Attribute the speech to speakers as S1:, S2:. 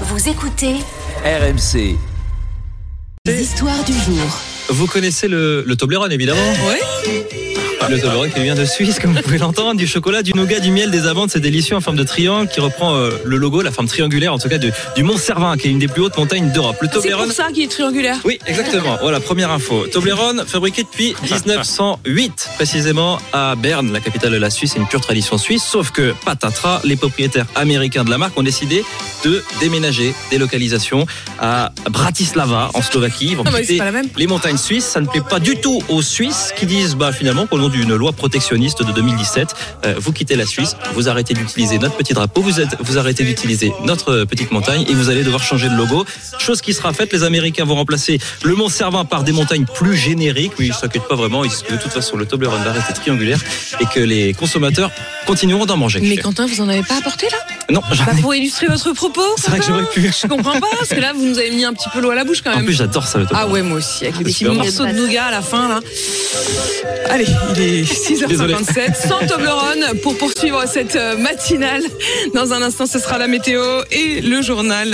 S1: Vous écoutez
S2: RMC.
S1: les histoires du jour.
S3: Vous connaissez le, le Toblerone, évidemment.
S4: Eh
S3: Oui. Le Toblerone qui vient de Suisse, comme vous pouvez l'entendre, du chocolat, du nougat, du miel, des amandes, c'est délicieux en forme de triangle qui reprend euh, le logo, la forme triangulaire, en tout cas, du, du Mont Cervin, qui est une des plus hautes montagnes d'Europe. Le
S4: Ah, C'est
S3: Toblerone.
S4: pour ça qu'il est triangulaire.
S3: Oui, exactement. Voilà, première info. Toblerone, fabriqué depuis 1908, précisément à Berne, la capitale de la Suisse. C'est une pure tradition suisse. Sauf que, patatras, les propriétaires américains de la marque ont décidé de déménager des localisations à Bratislava, en Slovaquie. Ils vont
S4: Ah bah oui,
S3: quitter
S4: c'est pas la même.
S3: les montagnes suisses, ça ne plaît pas du tout aux Suisses qui disent bah finalement au nom d'une loi protectionniste de 2017, euh, vous quittez la Suisse, vous arrêtez d'utiliser notre petit drapeau, vous êtes- vous arrêtez d'utiliser notre euh, petite montagne et vous allez devoir changer de logo. Chose qui sera faite, les Américains vont remplacer le Mont Cervin par des montagnes plus génériques, mais ils s'inquiètent pas vraiment, ils disent que de toute façon le Toblerone va rester triangulaire et que les consommateurs continueront d'en manger.
S4: Mais Quentin, vous en avez pas apporté là
S3: Non, j'en
S4: Bah,
S3: ai-
S4: Pour illustrer votre propos
S3: Ah, c'est vrai que
S4: Quentin
S3: j'aurais pu.
S4: Je comprends pas, parce que là, vous nous avez mis un petit peu l'eau à la bouche quand
S3: En
S4: même.
S3: plus, j'adore ça le Toblerone.
S4: Ah ouais, moi aussi, avec les
S3: C'est
S4: petits
S3: super.
S4: morceaux de nougat à la fin là. Allez, il est 6h57, sans Toblerone pour poursuivre cette euh, matinale. Dans un instant, ce sera la météo et le journal.